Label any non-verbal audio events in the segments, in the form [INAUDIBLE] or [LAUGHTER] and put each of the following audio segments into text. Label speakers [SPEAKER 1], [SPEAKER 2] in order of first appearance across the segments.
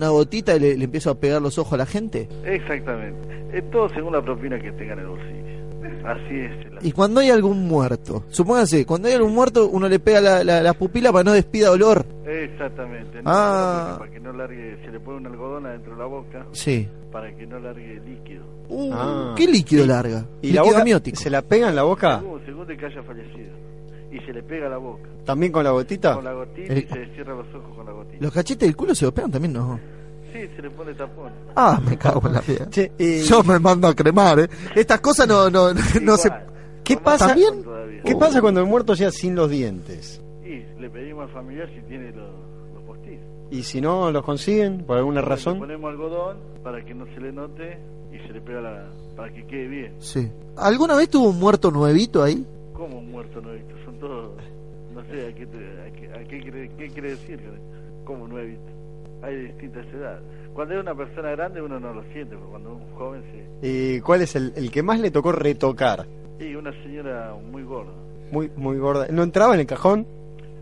[SPEAKER 1] una gotita y le, le empiezo a pegar los ojos a la gente.
[SPEAKER 2] Exactamente. Es todo según la propina que tenga en el bolsillo. Así es.
[SPEAKER 1] Y cuando hay algún muerto, supóngase, cuando hay algún muerto uno le pega la, la, la pupila para no despida olor.
[SPEAKER 2] Exactamente.
[SPEAKER 1] Ah.
[SPEAKER 2] Para que no largue, se le pone un algodón adentro de la boca
[SPEAKER 1] Sí.
[SPEAKER 2] para que no largue líquido.
[SPEAKER 1] Uh,
[SPEAKER 3] Ah.
[SPEAKER 1] ¿Qué líquido larga?
[SPEAKER 3] ¿Y la
[SPEAKER 1] líquido
[SPEAKER 3] boca?
[SPEAKER 1] amniótico.
[SPEAKER 3] ¿Se la pega en la boca?
[SPEAKER 2] Según, según de que haya fallecido. Y se le pega a la boca.
[SPEAKER 3] ¿También con la gotita?
[SPEAKER 2] Con la gotita
[SPEAKER 3] Eh.
[SPEAKER 1] El-
[SPEAKER 2] y se cierra los ojos con la gotita.
[SPEAKER 1] ¿Los cachetes del culo se los pegan también? No.
[SPEAKER 2] Sí, se le pone tapón.
[SPEAKER 1] Ah, me cago en la vida.
[SPEAKER 3] Che, eh,
[SPEAKER 1] Yo me mando a cremar, ¿eh? Estas cosas no, no, no, no se...
[SPEAKER 2] Igual.
[SPEAKER 3] ¿Qué
[SPEAKER 2] No
[SPEAKER 3] pasa?
[SPEAKER 2] mataron todavía.
[SPEAKER 3] ¿Qué pasa cuando el muerto sea sin los dientes?
[SPEAKER 2] Y le pedimos al familiar si tiene los, los postizos.
[SPEAKER 3] ¿Y si no los consiguen por alguna
[SPEAKER 2] Le
[SPEAKER 3] razón?
[SPEAKER 2] ponemos algodón para que no se le note y se le pega la, para que quede bien.
[SPEAKER 1] Sí. ¿Alguna vez tuvo un muerto nuevito ahí?
[SPEAKER 2] Como un muerto no he visto, son todos. No sé a qué, te- a qué, a qué quiere, qué quiere decir. Como no he visto. Hay de distintas edades. Cuando es una persona grande uno no lo siente, pero cuando es un joven se.
[SPEAKER 3] Eh, ¿Cuál es el, el que más le tocó retocar?
[SPEAKER 2] Y una señora muy gorda.
[SPEAKER 3] Muy, muy gorda. ¿No entraba en el cajón?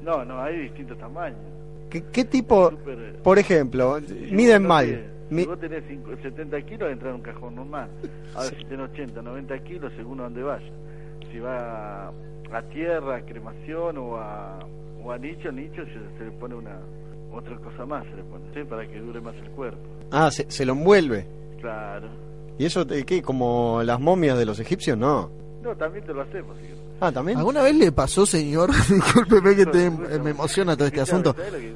[SPEAKER 2] No, no, hay distintos tamaños.
[SPEAKER 3] ¿Qué, qué tipo?
[SPEAKER 2] Súper-
[SPEAKER 3] Por ejemplo,
[SPEAKER 2] Si
[SPEAKER 3] miden
[SPEAKER 2] vos
[SPEAKER 3] mal.
[SPEAKER 2] tenés-
[SPEAKER 3] Mi-
[SPEAKER 2] Si vos tenés cinco- 70 kilos, entra en un cajón normal. Ahora si tenés 80, 90 kilos, según a dónde vaya. Si va a, a tierra, a cremación o a, o a nicho, nicho se, se le pone una otra cosa más, se le pone, ¿sí? para que dure más el cuerpo.
[SPEAKER 3] Ah, se, se lo envuelve.
[SPEAKER 2] Claro.
[SPEAKER 3] ¿Y eso te- qué? ¿Como las momias de los egipcios? No.
[SPEAKER 2] No, también te lo hacemos. si querés.
[SPEAKER 3] Ah, también.
[SPEAKER 1] ¿Alguna vez le pasó, señor? [LAUGHS] Discúlpeme que te- em, me emociona todo este
[SPEAKER 2] ¿Viste?
[SPEAKER 1] asunto.
[SPEAKER 2] pues, ¿Sabés lo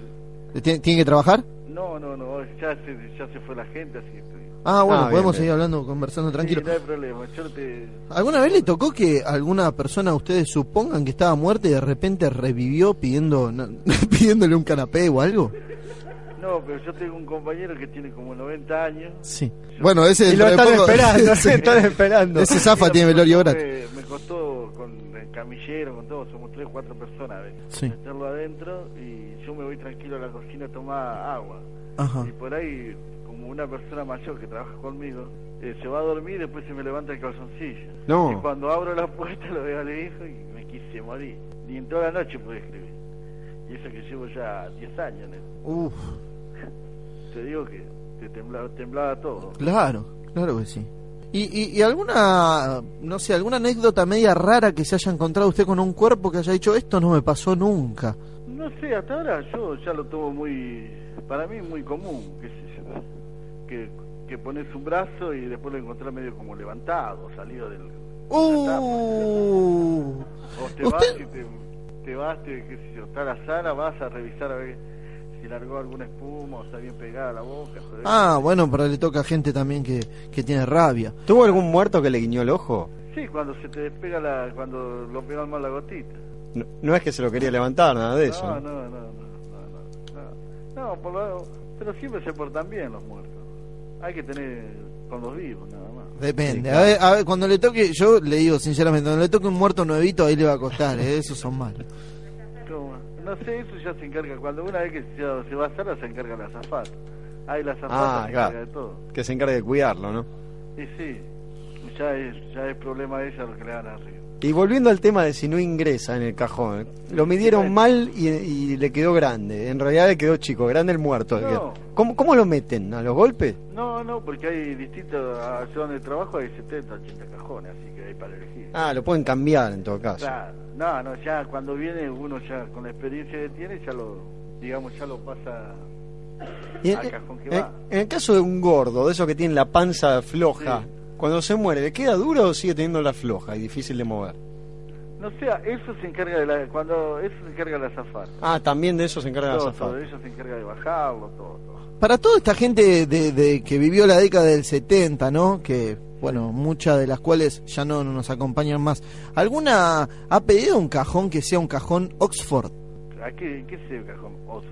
[SPEAKER 2] que-
[SPEAKER 1] ¿Tiene, tiene que trabajar?
[SPEAKER 2] No, no, no, ya se, ya se fue la gente, así que estoy-
[SPEAKER 1] Ah, bueno,
[SPEAKER 3] Ah, bien,
[SPEAKER 1] podemos
[SPEAKER 3] bien.
[SPEAKER 1] seguir hablando, conversando tranquilo.
[SPEAKER 2] Sí, no hay problema. Yo te...
[SPEAKER 1] ¿Alguna vez le tocó que alguna persona, ustedes supongan que estaba muerta y de repente revivió pidiendo, no, [LAUGHS] pidiéndole un canapé o algo?
[SPEAKER 2] No, pero yo tengo un compañero que tiene como 90 años.
[SPEAKER 1] Sí. Bueno, ese
[SPEAKER 3] Y lo
[SPEAKER 1] dentro
[SPEAKER 3] están
[SPEAKER 1] de poco- [LAUGHS]
[SPEAKER 3] esperando,
[SPEAKER 1] Sí.
[SPEAKER 3] lo [LAUGHS] están esperando.
[SPEAKER 1] Ese zafa
[SPEAKER 2] Sí,
[SPEAKER 1] tiene
[SPEAKER 2] me
[SPEAKER 1] velorio
[SPEAKER 2] costó,
[SPEAKER 1] gratis.
[SPEAKER 2] eh, Me costó con el camillero, con todo, somos tres, cuatro personas, ¿ves?
[SPEAKER 1] Sí.
[SPEAKER 2] meterlo adentro y yo me voy tranquilo a la cocina a tomar agua.
[SPEAKER 1] Ajá.
[SPEAKER 2] Y por ahí, como una persona mayor que trabaja conmigo, eh, se va a dormir y después se me levanta el calzoncillo.
[SPEAKER 3] No.
[SPEAKER 2] Y cuando abro la puerta [LAUGHS] lo veo al hijo y me quise morir. Ni en toda la noche pude escribir. Y eso que llevo ya 10 años, ¿no?
[SPEAKER 1] Uf,
[SPEAKER 2] Te digo que te temblaba, temblaba todo.
[SPEAKER 1] claro, claro que sí. ¿Y, y, y alguna, no sé, alguna anécdota media rara que se haya encontrado usted con un cuerpo que haya dicho, esto no me pasó nunca?
[SPEAKER 2] No sé, hasta ahora yo ya lo tomo muy, para mí muy común, qué sé yo. Que, que pones un brazo y después lo encontrás medio como levantado, salido del...
[SPEAKER 1] Uh,
[SPEAKER 2] O te vas
[SPEAKER 1] ¿Usted?
[SPEAKER 2] y te, te vas, te, qué sé yo, está la sala, vas a revisar a ver si largó alguna espuma o está bien pegada a la boca. joder.
[SPEAKER 1] Ah, bueno, pero le toca a gente también que, que tiene rabia.
[SPEAKER 3] ¿Tuvo algún muerto que le guiñó el ojo?
[SPEAKER 2] Sí, cuando se te despega la, cuando lo pegan mal la gotita.
[SPEAKER 3] No, no es que se lo quería levantar, nada de eso.
[SPEAKER 2] No,
[SPEAKER 3] ¿no?
[SPEAKER 2] no, no, no, no, no. No, por lo- pero siempre se portan bien los muertos. Hay que tener con los vivos, nada más.
[SPEAKER 1] Depende. a, ver, a ver, cuando le toque, yo le digo sinceramente, cuando le toque un muerto nuevito, ahí le va a costar, ¿eh? esos son malos.
[SPEAKER 2] ¿Cómo? No sé, eso ya se encarga. Cuando una vez que se, se va a sala, se encarga la azafata. Ahí la azafata
[SPEAKER 3] Ah,
[SPEAKER 2] se
[SPEAKER 3] claro.
[SPEAKER 2] encarga de todo.
[SPEAKER 3] Que se encargue de cuidarlo, ¿no?
[SPEAKER 2] Y sí, ya es, ya es problema de ella lo que le dan arriba.
[SPEAKER 3] Y volviendo al tema de si no ingresa en el cajón, lo midieron mal y, y le quedó grande. En realidad le quedó chico, grande el muerto.
[SPEAKER 2] No.
[SPEAKER 3] ¿Cómo, ¿Cómo lo meten? ¿A los golpes?
[SPEAKER 2] No, no, porque hay distintos, ah, yo donde trabajo hay 70, 80 cajones, así que hay para elegir.
[SPEAKER 3] Ah, lo pueden cambiar en todo caso.
[SPEAKER 2] Claro. No, no, ya cuando viene uno ya con la experiencia que tiene, ya lo, digamos, ya lo pasa
[SPEAKER 3] Y en,
[SPEAKER 2] al cajón que
[SPEAKER 3] en-
[SPEAKER 2] va.
[SPEAKER 3] en el caso de un gordo, de esos que tienen la panza floja,
[SPEAKER 2] Sí.
[SPEAKER 3] cuando se muere, ¿le queda duro o sigue teniendo la floja y difícil de mover?
[SPEAKER 2] No sé, eso se encarga de la, cuando eso se encarga la azafata.
[SPEAKER 3] Ah, también de eso se encarga la
[SPEAKER 2] Todo,
[SPEAKER 3] azafata.
[SPEAKER 2] todo, ella se encarga de bajarlo, todo, todo.
[SPEAKER 1] Para toda esta gente de, de- que vivió la década del 70, ¿no? Que, bueno, muchas de las cuales ya no nos acompañan más. ¿Alguna ha pedido un cajón que sea un cajón Oxford?
[SPEAKER 2] ¿A qué, en qué se ve cajón? Oxford.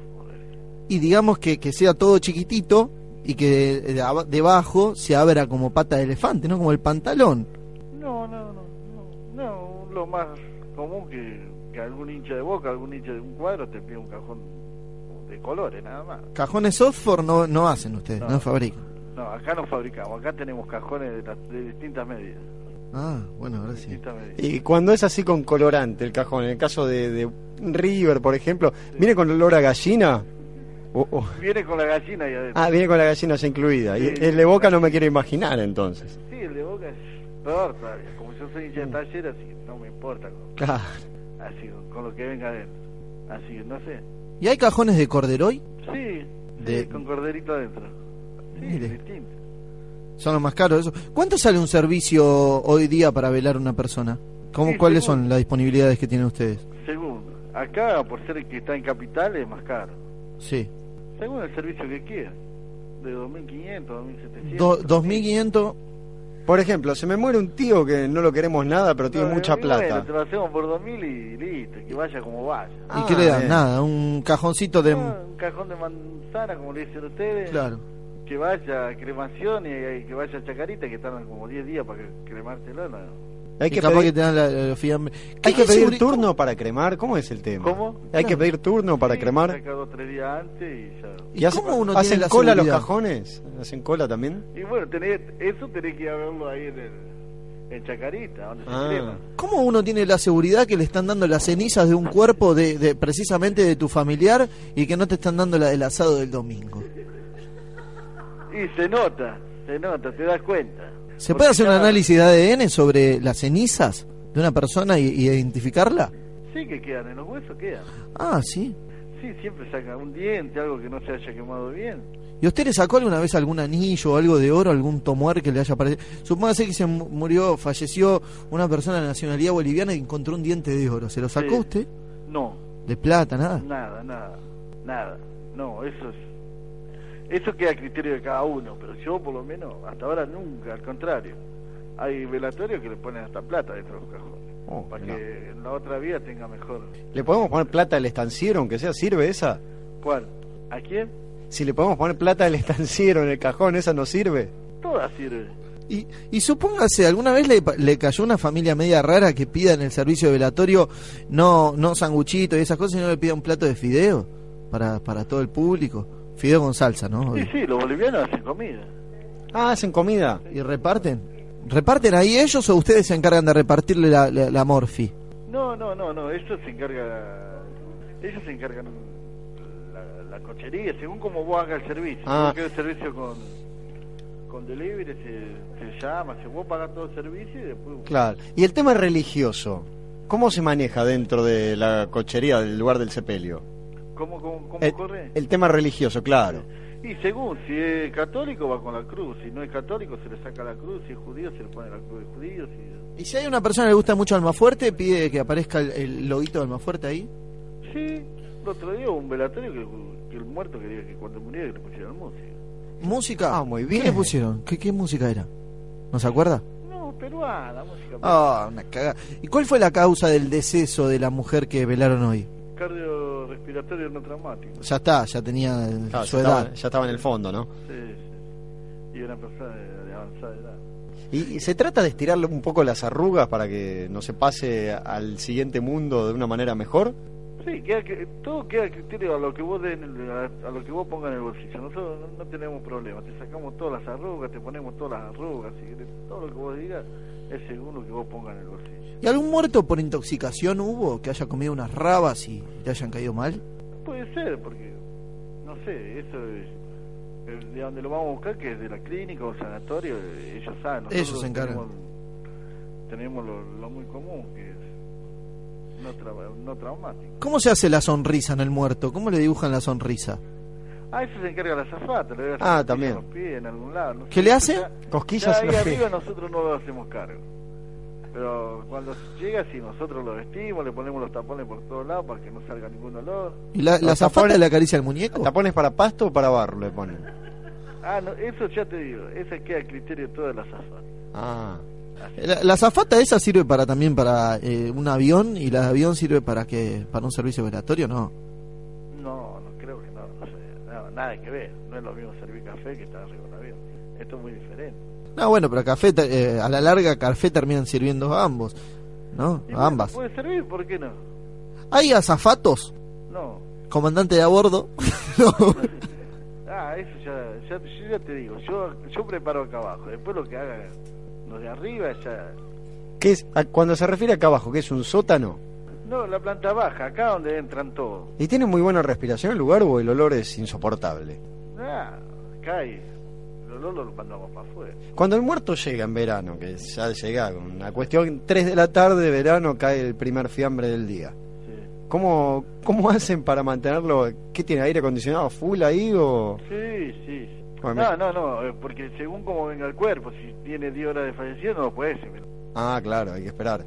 [SPEAKER 1] Y digamos que, que sea todo chiquitito y que de aba- debajo se abra como pata de elefante, ¿no? Como el pantalón.
[SPEAKER 2] No, no, no, no, no, lo más común que, que algún hincha de boca, algún hincha de un cuadro te pide un cajón de colores, nada más.
[SPEAKER 1] Cajones Oxford no, no hacen ustedes, no,
[SPEAKER 2] No.
[SPEAKER 1] fabrican.
[SPEAKER 2] No, acá no fabricamos, acá tenemos cajones de, las- de distintas medidas.
[SPEAKER 1] Ah, bueno, gracias.
[SPEAKER 2] distintas medidas.
[SPEAKER 3] Y cuando es así con colorante el cajón, en el caso de, de River, por ejemplo, ¿viene con olor a gallina? O- o-
[SPEAKER 2] Viene con la gallina ahí adentro.
[SPEAKER 3] Ah, viene con la gallina ya incluida. Y
[SPEAKER 2] Sí.
[SPEAKER 3] el de Boca no me quiero imaginar entonces.
[SPEAKER 2] Sí, el de Boca es peor todavía. Como yo soy hincha
[SPEAKER 1] Uh.
[SPEAKER 2] de taller, así que no me importa con,
[SPEAKER 3] Claro.
[SPEAKER 2] así, con lo que venga adentro. Así que no sé.
[SPEAKER 1] ¿Y hay cajones de Corderoy?
[SPEAKER 2] Sí, sí,
[SPEAKER 1] De-
[SPEAKER 2] con corderito adentro. Sí,
[SPEAKER 1] Mire.
[SPEAKER 2] distinto.
[SPEAKER 1] Son los más caros. Eso. ¿Cuánto sale un servicio hoy día para velar a una persona? ¿Cómo,
[SPEAKER 2] Sí,
[SPEAKER 1] ¿Cuáles
[SPEAKER 2] según-
[SPEAKER 1] son las disponibilidades que tienen ustedes?
[SPEAKER 2] Segundo, acá por ser el que está en capital es más caro.
[SPEAKER 1] Sí.
[SPEAKER 2] Según el servicio que quiera. De 2.500, 2.700.
[SPEAKER 1] Do- 2.500.
[SPEAKER 3] Por ejemplo, se me muere un tío que no lo queremos nada, pero tiene
[SPEAKER 2] No,
[SPEAKER 3] mucha
[SPEAKER 2] bueno,
[SPEAKER 3] plata.
[SPEAKER 2] te lo hacemos por 2.000 y listo, que vaya como vaya.
[SPEAKER 1] ¿Y qué le dan?
[SPEAKER 3] bien.
[SPEAKER 1] Nada, un cajoncito de...
[SPEAKER 2] Ah, un cajón de manzana, como le dicen ustedes.
[SPEAKER 1] Claro.
[SPEAKER 2] Que vaya a cremación y, y que vaya a Chacarita, que tardan como 10 días para que- cremártelo. ¿no?
[SPEAKER 3] Hay
[SPEAKER 1] Y
[SPEAKER 3] que
[SPEAKER 1] capaz que
[SPEAKER 3] pedir,
[SPEAKER 1] te dan la, la fiambre.
[SPEAKER 3] hay que
[SPEAKER 1] ¿Qué
[SPEAKER 3] pedir
[SPEAKER 1] seguri-
[SPEAKER 3] turno para cremar. ¿Cómo es el tema?
[SPEAKER 2] ¿Cómo?
[SPEAKER 3] Hay que pedir turno para
[SPEAKER 2] Sí,
[SPEAKER 3] cremar.
[SPEAKER 2] saca dos, tres días antes y ya.
[SPEAKER 1] ¿Y cómo uno
[SPEAKER 3] hacen
[SPEAKER 1] tiene la
[SPEAKER 3] cola
[SPEAKER 1] seguridad?
[SPEAKER 3] los cajones? ¿Hacen cola también?
[SPEAKER 2] Y bueno, tenés, eso tenés que ir a verlo ahí en, el, en Chacarita, donde
[SPEAKER 3] Ah.
[SPEAKER 2] se crema.
[SPEAKER 1] ¿Cómo uno tiene la seguridad que le están dando las cenizas de un cuerpo de, de- precisamente de tu familiar y que no te están dando la del asado del domingo?
[SPEAKER 2] Y se nota, se nota, te das cuenta.
[SPEAKER 1] ¿Se
[SPEAKER 2] Porque
[SPEAKER 1] puede hacer un
[SPEAKER 2] ya-
[SPEAKER 1] análisis de ADN sobre las cenizas de una persona y, y identificarla?
[SPEAKER 2] Sí que quedan, en los huesos quedan.
[SPEAKER 1] Ah, sí.
[SPEAKER 2] Sí, siempre saca un diente, algo que no se haya quemado bien.
[SPEAKER 1] ¿Y usted le sacó alguna vez algún anillo o algo de oro, algún tomuer que le haya aparecido? Supóngase que se mu- murió, falleció una persona de nacionalidad boliviana y encontró un diente de oro. ¿Se lo sacó
[SPEAKER 2] Sí.
[SPEAKER 1] usted?
[SPEAKER 2] No,
[SPEAKER 1] ¿De plata, nada?
[SPEAKER 2] nada, nada, nada. No, eso es... Eso queda a criterio de cada uno, pero yo por lo menos hasta ahora nunca, al contrario. Hay velatorios que le ponen hasta plata dentro de los cajones,
[SPEAKER 3] Oh,
[SPEAKER 2] para
[SPEAKER 3] no.
[SPEAKER 2] que en la otra vida tenga mejor.
[SPEAKER 3] ¿Le podemos poner plata al estanciero, aunque sea? ¿Sirve esa?
[SPEAKER 2] ¿Cuál? ¿A quién?
[SPEAKER 3] Si le podemos poner plata al estanciero en el cajón, ¿esa no sirve?
[SPEAKER 2] Todas sirven.
[SPEAKER 1] Y, y supóngase, ¿alguna vez le, pa- le cayó una familia media rara que pida en el servicio de velatorio no, no sanguchito y esas cosas, sino le pida un plato de fideo para, para todo el público? Fideo con salsa, ¿no?
[SPEAKER 2] Sí, sí, los bolivianos hacen comida.
[SPEAKER 3] Ah, ¿hacen comida?
[SPEAKER 1] ¿Y reparten? ¿Reparten ahí ellos o ustedes se encargan de repartirle la, la, la morfi?
[SPEAKER 2] No, no, no, no, ellos se encargan, ellos se encargan la, la cochería, según como vos hagas el servicio.
[SPEAKER 3] Ah.
[SPEAKER 2] Vos que el servicio con, con delivery, se, se llama, se vos pagas todo el servicio y después...
[SPEAKER 3] Claro. ¿Y el tema religioso? ¿Cómo se maneja dentro de la cochería del lugar del sepelio?
[SPEAKER 2] ¿Cómo, cómo, cómo
[SPEAKER 3] El,
[SPEAKER 2] corre?
[SPEAKER 3] el tema religioso, claro.
[SPEAKER 2] Y según, si es católico va con la cruz, si no es católico se le saca la cruz, si es judío se le pone la cruz de judío, si...
[SPEAKER 1] Y si hay una persona que le gusta mucho Almafuerte, pide que aparezca el, el loguito de Almafuerte ahí.
[SPEAKER 2] Sí, el otro día hubo un velatorio que, que el muerto quería que cuando muriera que le pusieran música.
[SPEAKER 1] Música.
[SPEAKER 3] Ah, muy
[SPEAKER 1] ¿Qué le
[SPEAKER 3] bien.
[SPEAKER 1] pusieron? ¿Qué, qué música era? ¿No se acuerda?
[SPEAKER 2] No, peruana, música peruana.
[SPEAKER 1] Ah, una cagada. ¿Y cuál fue la causa del deceso de la mujer que velaron hoy?
[SPEAKER 2] cardiorrespiratorio no traumático.
[SPEAKER 1] Ya está, ya tenía eh,
[SPEAKER 3] Claro,
[SPEAKER 1] su
[SPEAKER 3] ya,
[SPEAKER 1] edad.
[SPEAKER 3] estaba, ya estaba en el fondo, ¿no?
[SPEAKER 2] Sí, sí. Y una persona de, de avanzada edad.
[SPEAKER 3] Y, y se trata de estirar un poco las arrugas para que no se pase al siguiente mundo de una manera mejor.
[SPEAKER 2] Sí, queda que, todo queda a criterio a lo que vos den, a, a lo que vos pongas en el bolsillo. Nosotros no, no tenemos problema. Te sacamos todas las arrugas, te ponemos todas las arrugas. si querés. todo lo que vos digas es según lo que vos pongas en el bolsillo.
[SPEAKER 1] ¿Y algún muerto por intoxicación hubo que haya comido unas rabas y te hayan caído mal?
[SPEAKER 2] Puede ser, porque no sé, eso es eh, de donde lo vamos a buscar, que es de la clínica o sanatorio. eh, Ellos saben. Nosotros
[SPEAKER 1] Ellos se encargan.
[SPEAKER 2] Tenemos, tenemos lo, lo muy común que es no, trau- no traumático.
[SPEAKER 1] ¿Cómo se hace la sonrisa en el muerto? ¿Cómo le dibujan la sonrisa?
[SPEAKER 2] Ah, eso se encarga la zafata, le voy a hacer
[SPEAKER 3] Ah,
[SPEAKER 2] un
[SPEAKER 3] también.
[SPEAKER 2] pillo en los pies, en algún lado. no
[SPEAKER 1] ¿Qué
[SPEAKER 2] sé,
[SPEAKER 1] le hace?
[SPEAKER 2] Ya,
[SPEAKER 3] Cosquillas
[SPEAKER 2] ya
[SPEAKER 3] en
[SPEAKER 2] ahí
[SPEAKER 3] los pies.
[SPEAKER 2] arriba nosotros no lo hacemos cargo. Pero cuando llega, si nosotros lo vestimos, le ponemos los tapones por todos lados para que no salga ningún olor.
[SPEAKER 1] ¿Y la, la
[SPEAKER 3] Los
[SPEAKER 1] zafata
[SPEAKER 3] tapones-
[SPEAKER 1] le acaricia el muñeco?
[SPEAKER 3] ¿Tapones para pasto o para barro le ponen?
[SPEAKER 2] Ah, no, eso ya te digo, eso queda a criterio de toda la zafata.
[SPEAKER 3] Ah,
[SPEAKER 1] La, la zafata esa sirve para también para eh, un avión y la de avión sirve para que para un servicio velatorio, ¿no?
[SPEAKER 2] No, no creo que no, no sé, no, nada que ver. No es lo mismo servir café que estar arriba de un avión. Esto es muy diferente.
[SPEAKER 1] No, bueno, pero café te- eh, a la larga café terminan sirviendo a ambos, ¿no?
[SPEAKER 2] Y
[SPEAKER 1] A
[SPEAKER 2] bueno,
[SPEAKER 1] ambas.
[SPEAKER 2] Puede servir, ¿por qué no?
[SPEAKER 1] Hay azafatos,
[SPEAKER 2] No.
[SPEAKER 1] comandante de a bordo. [LAUGHS] No.
[SPEAKER 2] Ah, eso ya, ya, yo ya te digo, yo, yo preparo acá abajo, después lo que haga los de arriba ya...
[SPEAKER 3] ¿qué es, a- cuando se refiere acá abajo, que es un sótano?
[SPEAKER 2] No, la planta baja, acá donde entran todos.
[SPEAKER 3] ¿Y tiene muy buena respiración el lugar o el olor es insoportable?
[SPEAKER 2] Ah, cae. El olor lo mandamos para afuera.
[SPEAKER 3] Cuando el muerto llega en verano, que ya llega, con una cuestión, 3 de la tarde, verano, cae el primer fiambre del día.
[SPEAKER 2] Sí.
[SPEAKER 3] ¿Cómo, ¿Cómo [LAUGHS] hacen para mantenerlo? ¿Qué tiene aire acondicionado full ahí o...?
[SPEAKER 2] Sí, sí. sí.
[SPEAKER 3] Bueno,
[SPEAKER 2] no, no, no, eh, porque según como venga el cuerpo, si tiene 10 horas de fallecido, no lo puede ser.
[SPEAKER 3] Ah, claro, hay que esperar.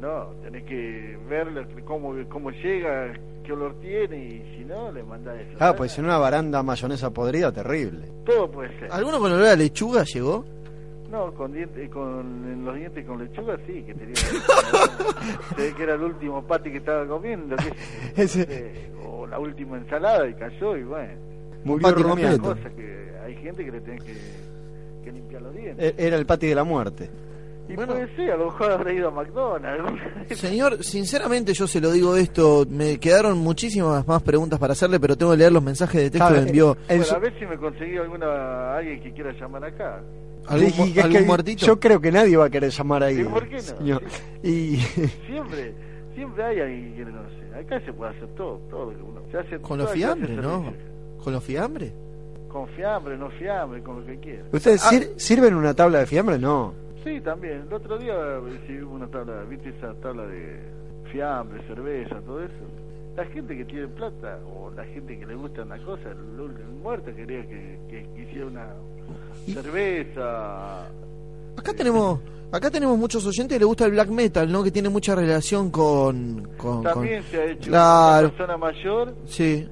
[SPEAKER 2] No, tenés que ver cómo, cómo llega, qué olor tiene y si no, le manda eso.
[SPEAKER 3] Ah, pues en una baranda mayonesa podrida, terrible.
[SPEAKER 2] Todo puede ser.
[SPEAKER 1] ¿Alguno con olor a lechuga llegó?
[SPEAKER 2] No, con, diente, con en los dientes con lechuga sí,
[SPEAKER 1] [LAUGHS]
[SPEAKER 2] que tenía. Se ve que era el último pati que estaba comiendo,
[SPEAKER 1] [LAUGHS]
[SPEAKER 2] que
[SPEAKER 3] Ese,
[SPEAKER 2] eh, o la última ensalada y cayó y bueno.
[SPEAKER 3] murió
[SPEAKER 1] Pati
[SPEAKER 3] rumiando.
[SPEAKER 1] Prieto.
[SPEAKER 2] Cosa que hay gente que le tiene que, que limpiar los dientes.
[SPEAKER 3] E- Era el pati de la muerte.
[SPEAKER 2] Y
[SPEAKER 1] Eh, bueno.
[SPEAKER 2] puede ser, a lo mejor habrá ido
[SPEAKER 1] [LAUGHS]
[SPEAKER 2] a McDonald's.
[SPEAKER 1] Señor, sinceramente yo se lo digo esto, me quedaron muchísimas más preguntas para hacerle, pero tengo que leer los mensajes de texto
[SPEAKER 3] Claro,
[SPEAKER 1] que envió
[SPEAKER 3] Ah, eh, en
[SPEAKER 2] Bueno,
[SPEAKER 3] su-
[SPEAKER 2] a ver si me conseguí alguna alguien que quiera llamar acá.
[SPEAKER 1] algún,
[SPEAKER 3] Y
[SPEAKER 1] mu-
[SPEAKER 3] eh, es que
[SPEAKER 1] algún muertito.
[SPEAKER 3] Yo creo que nadie va a querer llamar ahí.
[SPEAKER 2] ¿Y por qué no?
[SPEAKER 3] señor. Y [LAUGHS]
[SPEAKER 2] Siempre, siempre hay alguien que no sé. Acá se puede hacer todo, todo lo que uno. Se hace
[SPEAKER 1] Con
[SPEAKER 2] todo,
[SPEAKER 1] los
[SPEAKER 2] acá se hace
[SPEAKER 1] fiambres, ¿no?
[SPEAKER 2] servicio.
[SPEAKER 1] Con los fiambres.
[SPEAKER 2] Con fiambre, no fiambre, con lo que quiera.
[SPEAKER 3] ¿Ustedes
[SPEAKER 1] Ah.
[SPEAKER 3] sir- sirven una tabla de fiambre? No.
[SPEAKER 2] Sí, también. El otro día recibí una tabla, viste esa tabla de fiambre, cerveza, todo eso. La gente que tiene plata o la gente que le gusta una cosa, el, el muerto quería que, que hiciera una cerveza.
[SPEAKER 1] Acá tenemos acá tenemos muchos oyentes que le gusta el black metal, ¿no? Que tiene mucha relación con... con- con-
[SPEAKER 2] También se ha hecho
[SPEAKER 1] Claro.
[SPEAKER 2] una persona mayor
[SPEAKER 1] Sí,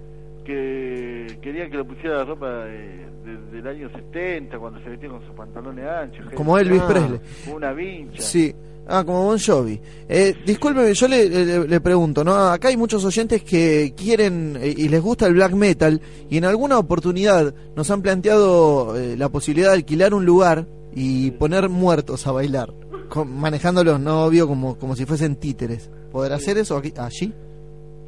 [SPEAKER 2] que quería que le pusiera la ropa de- de- del año 70, cuando se vestía con sus pantalones anchos.
[SPEAKER 1] como Elvis
[SPEAKER 3] Ah.
[SPEAKER 1] Presley.
[SPEAKER 2] con Una vincha.
[SPEAKER 1] Sí. Ah, como Bon Jovi. Eh, discúlpeme, yo le, le- le pregunto, ¿no? Acá hay muchos oyentes que quieren eh, y les gusta el black metal y en alguna oportunidad nos han planteado eh, la posibilidad de alquilar un lugar y poner muertos a bailar, con- manejándolos, no obvio, como, como si fuesen títeres. ¿Podrá hacer eso aquí, allí?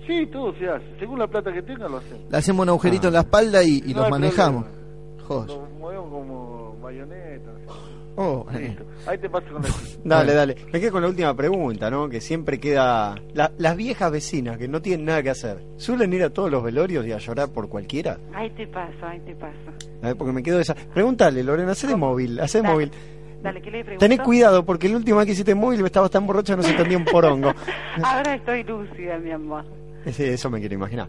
[SPEAKER 2] Sí, todo se hace. Según la plata que tenga, lo hacemos.
[SPEAKER 1] Le hacemos un agujerito
[SPEAKER 3] Ah.
[SPEAKER 1] en la espalda y, y
[SPEAKER 2] No
[SPEAKER 1] los
[SPEAKER 2] hay
[SPEAKER 1] manejamos.
[SPEAKER 2] problema.
[SPEAKER 1] Joder.
[SPEAKER 3] Oh,
[SPEAKER 2] Lo movemos como bayoneta. no sé.
[SPEAKER 1] Oh, eh.
[SPEAKER 2] Listo. Ahí te paso con la
[SPEAKER 3] Dale,
[SPEAKER 1] Bueno.
[SPEAKER 3] dale. Me quedo con la última pregunta, ¿no? Que siempre queda. la- las viejas vecinas que no tienen nada que hacer, ¿suelen ir a todos los velorios y a llorar por cualquiera?
[SPEAKER 4] Ahí te paso, ahí te paso.
[SPEAKER 3] A ver, porque me quedo esa. Pregúntale, Lorena, hacé de móvil, hacé de
[SPEAKER 4] Dale.
[SPEAKER 3] móvil.
[SPEAKER 4] Dale, ¿qué le pregunto?
[SPEAKER 3] Tené cuidado, porque la última vez que hiciste móvil estabas tan borracho que no se entendía un
[SPEAKER 4] [LAUGHS]
[SPEAKER 3] porongo.
[SPEAKER 4] [LAUGHS] Ahora estoy lúcida, mi amor.
[SPEAKER 3] Sí, Eso me quiero imaginar.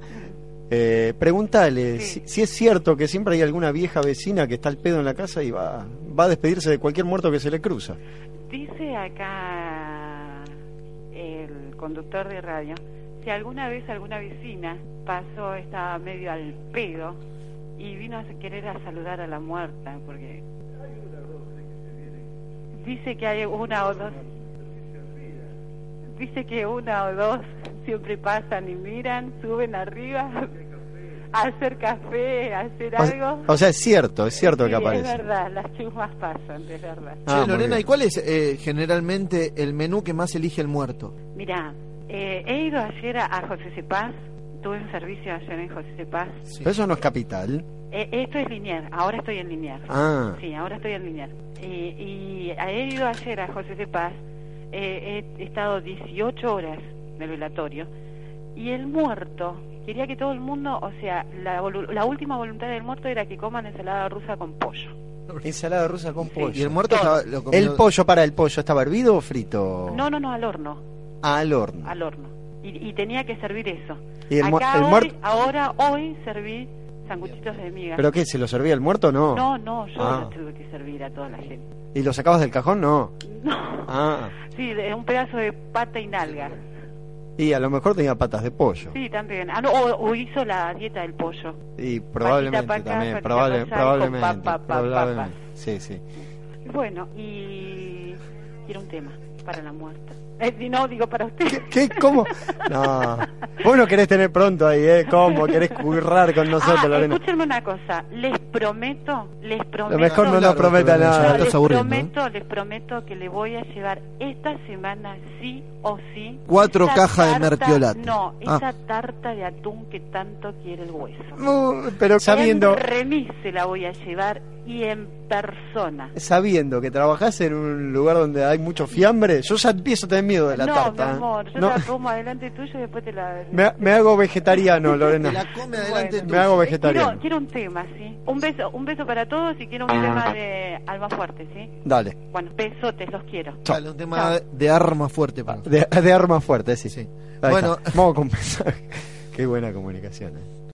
[SPEAKER 3] Eh, pregúntale
[SPEAKER 4] Sí.
[SPEAKER 3] si, si es cierto que siempre hay alguna vieja vecina que está al pedo en la casa y va, va a despedirse de cualquier muerto que se le cruza.
[SPEAKER 4] Dice acá el conductor de radio, si alguna vez alguna vecina pasó, estaba medio al pedo y vino a querer a saludar a la muerta, porque... Dice que hay una o dos... Dice que una o dos siempre pasan y miran, suben arriba a hacer café, a hacer algo.
[SPEAKER 3] O, o sea, es cierto, es cierto
[SPEAKER 4] Sí,
[SPEAKER 3] que aparece.
[SPEAKER 4] Es verdad, las chusmas pasan, es verdad.
[SPEAKER 3] Ah,
[SPEAKER 1] Che, Lorena,
[SPEAKER 3] muy
[SPEAKER 1] ¿y cuál es eh, generalmente el menú que más elige el muerto?
[SPEAKER 4] Mira, eh, he ido ayer a, a José Cepaz, tuve un servicio ayer en José Cepaz.
[SPEAKER 1] Sí.
[SPEAKER 3] Pero eso no es capital.
[SPEAKER 4] Eh, esto es Linier, ahora estoy en Linier.
[SPEAKER 3] Ah,
[SPEAKER 4] Sí, ahora estoy en Linier. Y, y he ido ayer a José Cepaz, eh, he estado 18 horas en el velatorio y el muerto, quería que todo el mundo, o sea, la, volu- la última voluntad del muerto era que coman ensalada rusa con pollo.
[SPEAKER 3] ensalada rusa con pollo.
[SPEAKER 1] Y el muerto estaba- lo comió-
[SPEAKER 3] El pollo para el pollo, ¿estaba hervido o frito?
[SPEAKER 4] No, no, no, al horno,
[SPEAKER 3] Ah, al horno.
[SPEAKER 4] al horno. Y, y tenía que servir eso.
[SPEAKER 3] Y el, mu-
[SPEAKER 4] Acá
[SPEAKER 3] el
[SPEAKER 4] hoy,
[SPEAKER 3] muerto.
[SPEAKER 4] ahora, hoy serví sanguchitos de miga.
[SPEAKER 3] ¿Pero qué? ¿Se lo servía el muerto o no?
[SPEAKER 4] No, no, yo
[SPEAKER 3] Ah.
[SPEAKER 4] lo tuve que servir a toda la gente.
[SPEAKER 3] ¿Y lo sacabas del cajón? No.
[SPEAKER 4] No.
[SPEAKER 3] Ah.
[SPEAKER 4] Sí, de- un pedazo de pata y nalga.
[SPEAKER 3] Y a lo mejor tenía patas de pollo.
[SPEAKER 4] Sí, también. Ah, no, o, o hizo la dieta del pollo.
[SPEAKER 3] Y probablemente
[SPEAKER 4] Patita pa' acá,
[SPEAKER 3] también,
[SPEAKER 4] patita
[SPEAKER 3] probable-
[SPEAKER 4] pa' allá,
[SPEAKER 3] probablemente,
[SPEAKER 4] con pa, pa, pa,
[SPEAKER 3] probablemente.
[SPEAKER 4] pa,
[SPEAKER 3] Sí, sí.
[SPEAKER 4] Bueno, y quiero un tema para la muerta. Eh, di- no, digo para usted.
[SPEAKER 3] ¿Qué? ¿Cómo? [LAUGHS] No. Vos no querés tener pronto ahí, ¿eh? ¿Cómo? Querés currar con nosotros,
[SPEAKER 4] ah,
[SPEAKER 3] Lorena.
[SPEAKER 4] escúchenme una cosa. Les prometo, les prometo.
[SPEAKER 3] Lo mejor no
[SPEAKER 1] Largo,
[SPEAKER 3] nos prometa
[SPEAKER 1] Lorena, ya
[SPEAKER 3] nada.
[SPEAKER 1] me estás
[SPEAKER 4] les
[SPEAKER 1] aburriendo, ¿eh?
[SPEAKER 3] [LAUGHS]
[SPEAKER 4] prometo, les prometo que le voy a llevar esta semana sí o sí
[SPEAKER 1] Cuatro
[SPEAKER 4] esa
[SPEAKER 1] cajas de
[SPEAKER 4] tarta-
[SPEAKER 1] mertiolate.
[SPEAKER 4] No,
[SPEAKER 1] Ah.
[SPEAKER 4] esa tarta de atún que tanto quiere el hueso.
[SPEAKER 3] Uh, Pero sabiendo,
[SPEAKER 4] En remis se la voy a llevar y en persona.
[SPEAKER 3] sabiendo que trabajás en un lugar donde hay mucho fiambre, yo ya empiezo a tener miedo de la
[SPEAKER 4] no,
[SPEAKER 3] tarta.
[SPEAKER 4] mi
[SPEAKER 3] ¿eh?
[SPEAKER 4] amor, yo
[SPEAKER 3] No. [LAUGHS]
[SPEAKER 4] la como adelante tuyo y después te la...
[SPEAKER 3] me, me hago
[SPEAKER 4] [LAUGHS]
[SPEAKER 3] vegetariano,
[SPEAKER 1] Te
[SPEAKER 3] Lorena.
[SPEAKER 1] la come adelante
[SPEAKER 4] Bueno.
[SPEAKER 1] tú.
[SPEAKER 3] Me hago
[SPEAKER 4] Quiero,
[SPEAKER 3] vegetariano.
[SPEAKER 4] quiero un tema, ¿sí? Un beso, un beso para todos y quiero un tema de Alma Fuerte, ¿sí?
[SPEAKER 3] Dale.
[SPEAKER 4] Bueno, besotes, los quiero.
[SPEAKER 1] Dale, un tema de arma fuerte. para-
[SPEAKER 3] Ah, De, de arma fuerte, sí.
[SPEAKER 1] Sí.
[SPEAKER 3] Ahí
[SPEAKER 1] Bueno.
[SPEAKER 3] [LAUGHS] está. vamos con mensaje. Qué buena comunicación. ¿eh?